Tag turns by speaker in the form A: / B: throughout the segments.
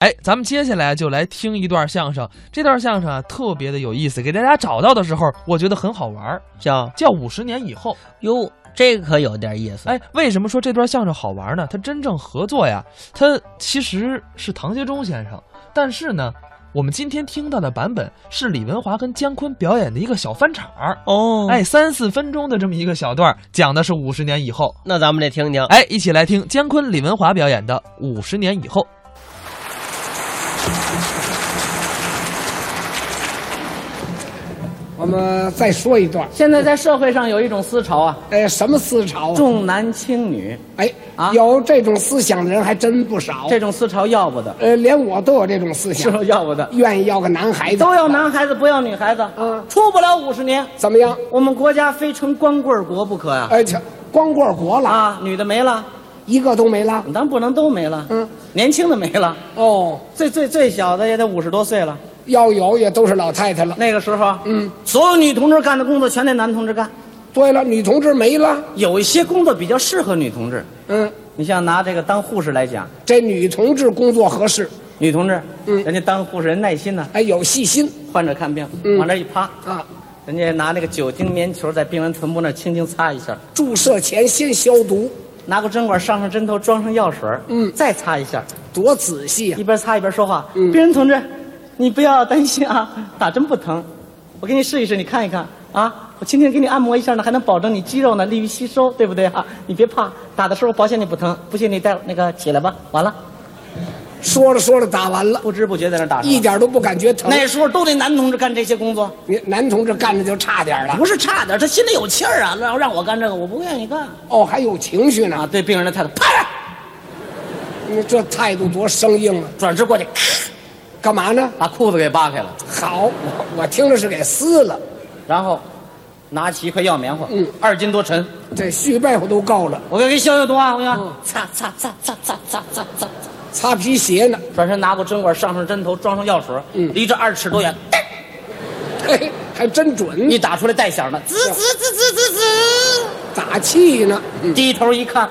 A: 哎，咱们接下来就来听一段相声。这段相声啊，特别的有意思，给大家找到的时候，我觉得很好玩儿，
B: 叫
A: 叫《五十年以后》。
B: 哟，这个可有点意思。
A: 哎，为什么说这段相声好玩呢？它真正合作呀，它其实是唐杰忠先生，但是呢，我们今天听到的版本是李文华跟姜昆表演的一个小翻场儿。
B: 哦，
C: 嗯
A: 哎，，三四分钟的这么一个小段儿，讲的是五十年以后。
B: 那咱们得听听。
A: 哎，一起来听姜昆、李文华表演的《五十年以后》。
D: 我们再说一段，
C: 现在在社会上有一种思潮啊，
D: 哎，什么思潮？
C: 重男轻女，
D: 哎，
C: 啊
D: 有这种思想的人还真不少。
C: 这种思潮要不得，
D: 呃，连我都有这种思
C: 是
D: 想，
C: 要不得，
D: 愿意哦要个男孩子，
C: 都要男孩子不要女孩子，
D: 嗯
C: 出不了五十年，
D: 怎么样？
C: 我们国家非成光棍国不可呀、
D: 哎，瞧，光棍国
C: 啊！
D: 了，
C: 女的没了，
D: 一个都没拉。
C: 咱不能都没了，
D: 嗯，
C: 年轻的没了，
D: 哦，
C: 最最最小的也得五十多岁了，
D: 要有也都是老太太了。
C: 那个时候，
D: 嗯，
C: 所有女同志干的工作全得男同志干，
D: 对了，女同志没了。
C: 有一些工作比较适合女同志，
D: 嗯，
C: 你像拿这个当护士来讲，
D: 这女同志工作合适，
C: 女同志，
D: 嗯
C: 人家当护士人耐心呐、
D: 哎，有细心
C: 患者看病，
D: 嗯
C: 往那一趴，
D: 啊。
C: 人家拿那个酒精棉球在病人臀部那儿轻轻擦一下，
D: 注射前先消毒，
C: 拿个针管上上针头，装上药水，
D: 嗯
C: 再擦一下，
D: 多仔细啊！
C: 一边擦一边说话。
D: 嗯
C: 病人同志，你不要担心啊，打针不疼，我给你试一试，你看一看啊，我轻轻给你按摩一下呢，还能保证你肌肉呢利于吸收，对不对啊？你别怕，打的时候保险你不疼，不信你带那个起来吧。完了，
D: 说着说着打完了，
C: 不知不觉在那儿打上了。
D: 一点都不感觉疼。
C: 那时候都得男同志干这些工作，
D: 你男同志干的就差点了。
C: 不是差点，他心里有气儿啊，让让我干这个，我不愿意干
D: 哦，还有情绪呢。
C: 啊。对病人的态度，啪，
D: 你这态度多生硬啊！
C: 转身过去，
D: 干嘛呢？
C: 把裤子给扒开了，
D: 好，我我听着是给撕了，
C: 然后拿起一块药棉花，
D: 嗯
C: 二斤多沉，
D: 这续被我都够了，
C: 我给给消消毒啊，我
D: 嗯
C: 讲，擦擦擦擦擦擦擦擦，
D: 擦皮鞋呢。
C: 转身拿过针管，上上针头，装上药水，
D: 嗯
C: 离这二尺多远，
D: 嘿，还真准
C: 一，打出来带响的，滋滋滋滋滋滋，
D: 打气呢。嗯，
C: 低头一看，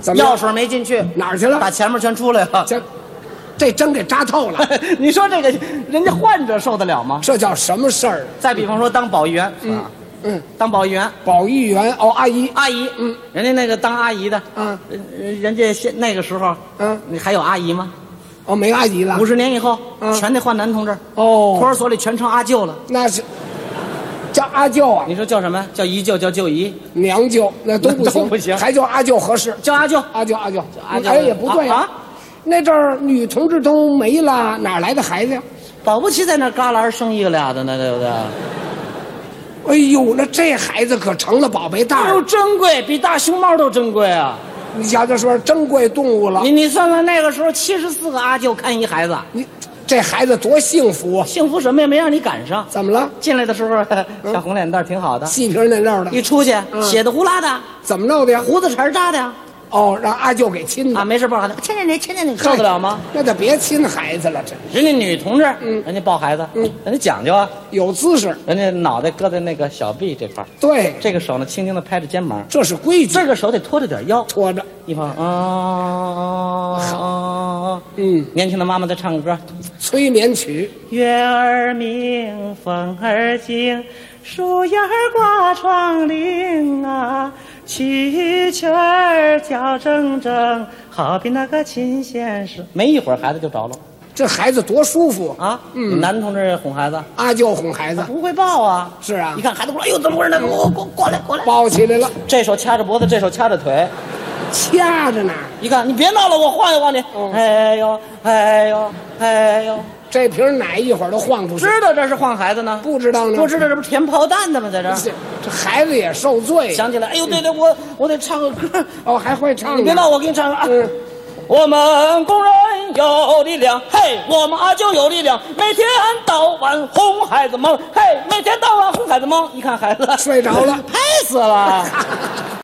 D: 怎么
C: 药
D: 样？
C: 水没进去，
D: 哪儿去
C: 把
D: 了？
C: 前面全出来了。
D: 这这针给扎透了，
C: 你说这个人家患者受得了吗？
D: 这叫什么事儿？啊
C: 再比方说当保育员，啊
D: 嗯嗯，
C: 当保育员，
D: 保育员哦，阿姨，
C: 阿姨，
D: 嗯，
C: 人家那个当阿姨的，
D: 嗯
C: 呃，人家现那个时候，
D: 嗯，
C: 你还有阿姨吗？
D: 哦，没阿姨了
C: 五。十年以后，
D: 嗯
C: 全得换男同志，托
D: 哦，
C: 儿所里全成阿舅了。
D: 那是叫阿舅啊，
C: 你说叫什么？叫姨舅，叫舅姨，
D: 娘舅那都不行，
C: 都不行
D: 还叫阿舅合适。
C: 叫阿舅。
D: 阿舅，阿舅，
C: 阿舅
D: 哎，也不对
C: 啊
D: 呀。那阵儿女同志都没了，哪来的孩子呀？
C: 保不齐在那旮旯生一个俩的呢，对不对？
D: 哎呦，那这孩子可成了宝贝蛋
C: 哎呦，
D: 儿，
C: 珍贵，比大熊猫都珍贵啊！
D: 你瞧这说珍贵动物了
C: 你。你算算那个时候，七十四个阿舅看一孩子，
D: 你这孩子多幸福啊！
C: 幸福什么也没让你赶上。
D: 怎么了？
C: 进来的时候， 小红脸蛋儿挺好的，
D: 细皮嫩肉
C: 一
D: 的，
C: 出去
D: 嗯
C: 血的呼啦的，
D: 怎么弄的呀？
C: 胡子茬儿扎的呀。
D: 哦，让阿舅给亲
C: 啊，
D: 的，
C: 没事抱孩子，亲亲你，亲亲你，受得了吗？
D: 嗨？那就别亲孩子了，这
C: 人家女同志，
D: 嗯
C: 人家抱孩子，
D: 嗯
C: 人家讲究啊，
D: 有姿势。
C: 人家脑袋搁在那个小臂这块儿，
D: 对，
C: 这个手呢轻轻的拍着肩膀，
D: 这是规矩。
C: 这个手得托着点腰，
D: 拖着，
C: 一方啊啊啊啊！
D: 嗯，
C: 年轻的妈妈在唱歌，
D: 催眠曲，
C: 月儿明，风儿静，树叶儿挂窗棂啊，蛐蛐儿叫铮铮，好比那个琴弦声。没一会儿，孩子就着了。
D: 这孩子多舒服啊！
C: 啊，嗯，男同志哄孩子
D: 阿舅哄孩子，
C: 不会抱啊，
D: 是啊
C: 一看孩子过来，哎呦，怎么回事呢？我过过来过来，
D: 抱起来了，
C: 这手掐着脖子，这手掐着腿，
D: 掐着呢。
C: 一看你别闹了，我晃悠晃你，哎呦哎呦哎呦，
D: 这瓶奶一会儿都晃出去，
C: 知道这是晃孩子呢？
D: 不知道呢？
C: 不知道这不是填炮弹的吗？在这儿
D: 这这孩子也受罪。
C: 想起来，哎呦，对对，我我得唱个歌，
D: 哦，还会唱呢。
C: 你别闹，我给你唱个啊。
D: 嗯
C: 我们工人有力量，嘿，我们阿舅有力量，每天到晚哄孩子忙，嘿，每天到晚哄孩子忙。一看孩子
D: 睡着了
C: 拍死了。